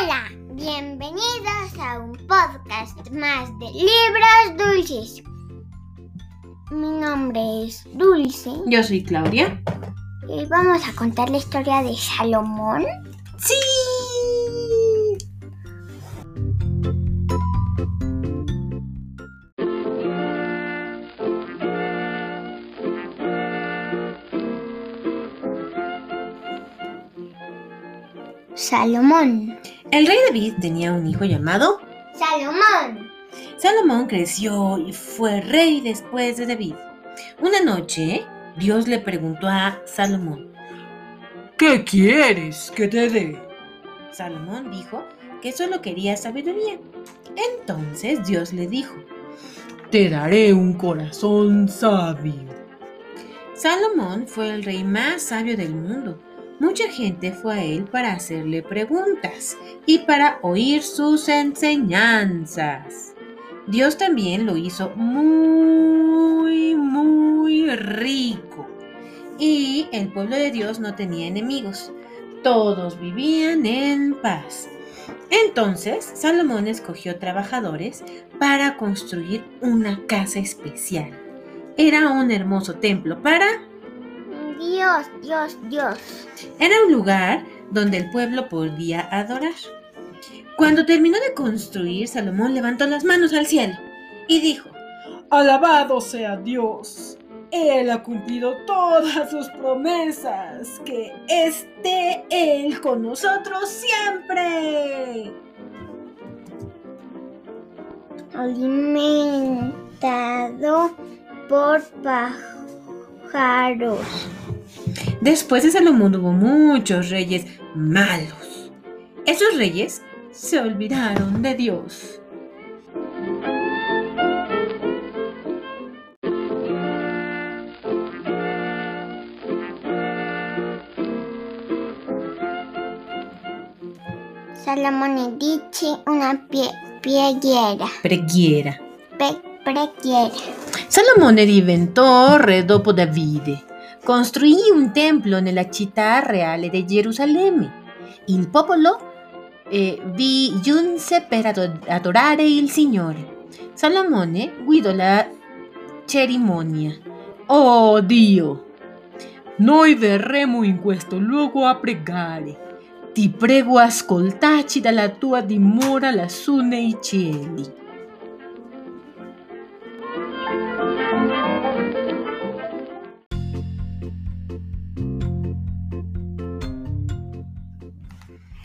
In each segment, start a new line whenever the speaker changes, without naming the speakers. Hola, bienvenidos a un podcast más de libros dulces. Mi nombre es Dulce
Yo soy Claudia.
y hoy vamos a contar la historia de Salomón.
¡Sí!
Salomón.
El rey David tenía un hijo llamado
Salomón.
Salomón creció y fue rey después de David. Una noche, Dios le preguntó a Salomón, ¿qué quieres que te dé? Salomón dijo que solo quería sabiduría. Entonces Dios le dijo,
Te daré un corazón sabio.
Salomón fue el rey más sabio del mundo. Mucha gente fue a él para hacerle preguntas y para oír sus enseñanzas. Dios también lo hizo muy, muy rico. Y el pueblo de Dios no tenía enemigos. Todos vivían en paz. Entonces Salomón escogió trabajadores para construir una casa especial. Era un hermoso templo para
Dios, Dios, Dios.
era un lugar donde el pueblo podía adorar. Cuando terminó de construir, Salomón levantó las manos al cielo y dijo,
Alabado sea Dios. Él ha cumplido todas sus promesas. Que
esté Él con nosotros siempre.
Alimentado por pájaros.
Después de Salomón hubo muchos reyes malos. Esos reyes se olvidaron de Dios.
Salomón y Dichi, una pie, piedra.
Preghiera.
Pe, prequiera.
Salomone diventò re dopo Davide. Costruì un templo nella città reale di Gerusalemme. Il popolo eh, vi giunse per ado- adorare il Signore. Salomone guidò la cerimonia.
Oh Dio. Noi verremo in questo luogo a pregare.
Ti prego ascoltaci dalla tua dimora lassù nei cieli.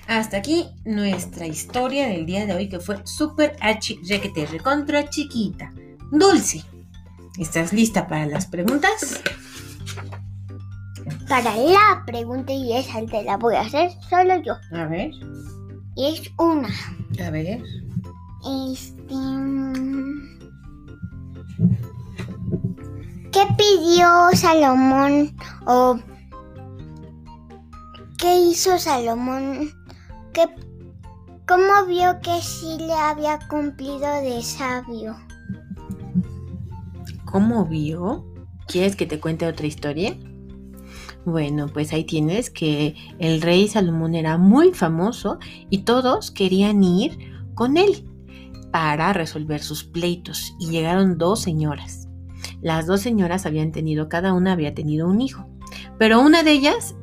Hasta aquí nuestra historia del día de hoy que fue super archi requete recontra chiquita. Dulce, ¿estás lista para las preguntas?
Para la pregunta y esa te la voy a hacer solo yo.
A ver,
Y es una.
a ver.
Este. mm, ¿Qué pidió Salomón o qué hizo Salomón? ¿Qué, ¿Cómo vio que sí le había cumplido de sabio?
¿Cómo vio? ¿Quieres que te cuente otra historia? Bueno, pues ahí tienes que el rey Salomón era muy famoso y todos querían ir con él para resolver sus pleitos y llegaron dos señoras. Las dos señoras habían tenido, cada una había tenido un hijo, pero una de ellas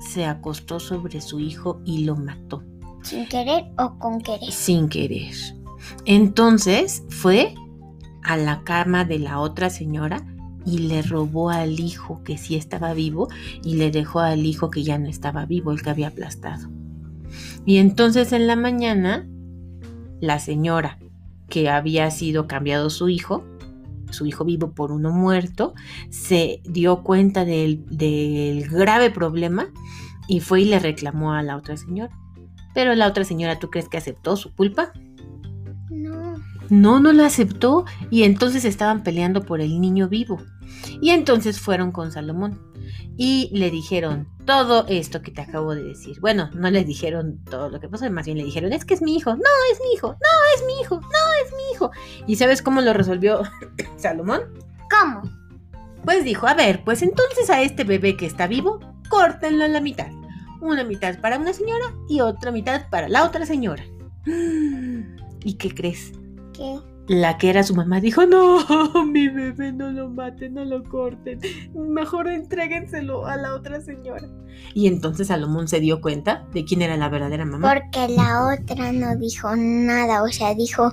se acostó sobre su hijo y lo mató
¿Sin querer o con querer?
sin querer. Entonces fue a la cama de la otra señora y le robó al hijo que sí estaba vivo y le dejó al hijo que ya no estaba vivo, el que había aplastado. Y entonces en la mañana, la señora que había sido cambiado su hijo, su hijo vivo por uno muerto, se dio cuenta del, del grave problema y fue y le reclamó a la otra señora. Pero la otra señora, ¿tú crees que aceptó su culpa?
No.
No, no la aceptó y entonces estaban peleando por el niño vivo. Y entonces fueron con Salomón y le dijeron todo esto que te acabo de decir. Bueno, no le dijeron todo lo que pasó, más bien le dijeron, es que es mi hijo, no, es mi hijo, no, es mi hijo, no, es mi hijo. ¿Y sabes cómo lo resolvió Salomón?
¿Cómo?
Pues dijo, a ver, pues entonces a este bebé que está vivo, córtenlo a la mitad. una mitad para una señora y otra mitad para la otra señora. ¿Y qué crees?
¿Qué?
La que era su mamá dijo, no, mi bebé, no lo maten, no lo corten, mejor entréguenselo a la otra señora. Y entonces Salomón se dio cuenta de quién era la verdadera mamá.
Porque la otra no dijo nada, o sea, dijo,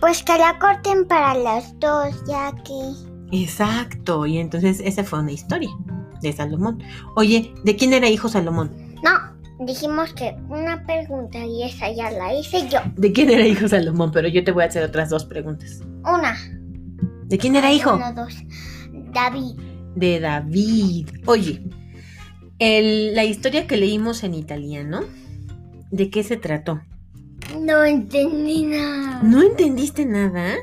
pues que la corten para las dos, ya que...
Exacto, y entonces esa fue una historia de Salomón. Oye, ¿de quién era hijo Salomón?
No, dijimos que una pregunta y esa ya la hice yo.
¿De quién era hijo Salomón? Pero yo te voy a hacer otras dos preguntas.
Una.
¿De quién era Ah, hijo?
Uno, dos. David.
de David. Oye, el- la historia que leímos en italiano, ¿de qué se trató?
No entendí nada.
¿No entendiste nada?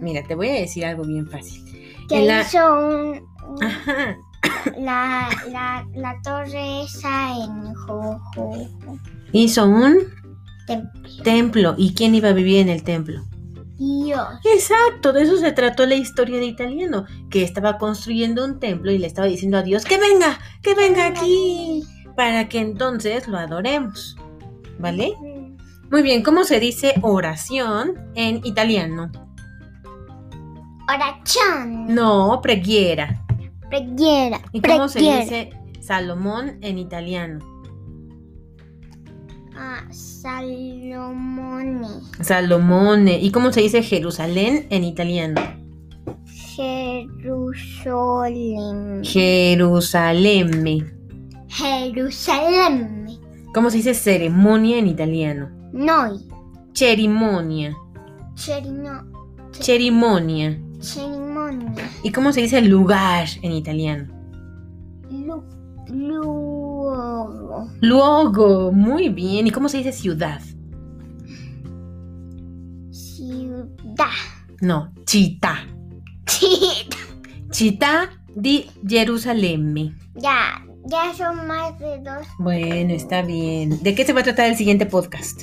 Mira, te voy a decir algo bien fácil.
Que
en la- Ah.
hizo un...
Ajá.
La, la, la torre esa en Jojo.
Hizo un
Templo.
templo. ¿Y quién iba a vivir en el templo?
Dios.
Exacto, de eso se trató la historia de italiano, que estaba construyendo un templo y le estaba diciendo a Dios, que venga, que venga aquí, para que entonces lo adoremos. ¿Vale? Muy bien, ¿cómo se dice oración en italiano?
Orachón.
No, preghiera.
Preguiera.
¿Y cómo se dice Salomón en italiano?
Ah, Salomone.
Salomone. eh, ¿Y cómo se dice Jerusalén en italiano?
Jerusalén.
Jerusalemme.
Jerusalén.
¿Cómo se dice ceremonia en italiano?
Noi.
Cerimonia.
Cerino.
Cerimonia.
Cerimonia.
¿Y cómo se dice lugar en italiano?
Lu. Luogo.
Luogo. Muy bien. ¿Y cómo se dice ciudad?
Ciudad.
No, città. Città di Gerusalemme.
Ya. Ya son más de dos.
Bueno, está bien. ¿De qué se va a tratar el siguiente podcast?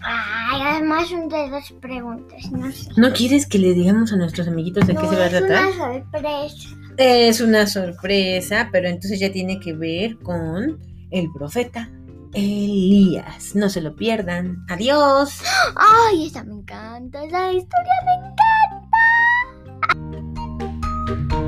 Ay, además son de dos preguntas. No sé.
¿No quieres que le digamos a nuestros amiguitos de qué
No,
se va a
es
tratar?
una sorpresa.
Es una sorpresa, pero entonces ya tiene que ver con el profeta Elías. No se lo pierdan. Adiós.
Ay, esa me encanta. Esa historia me encanta.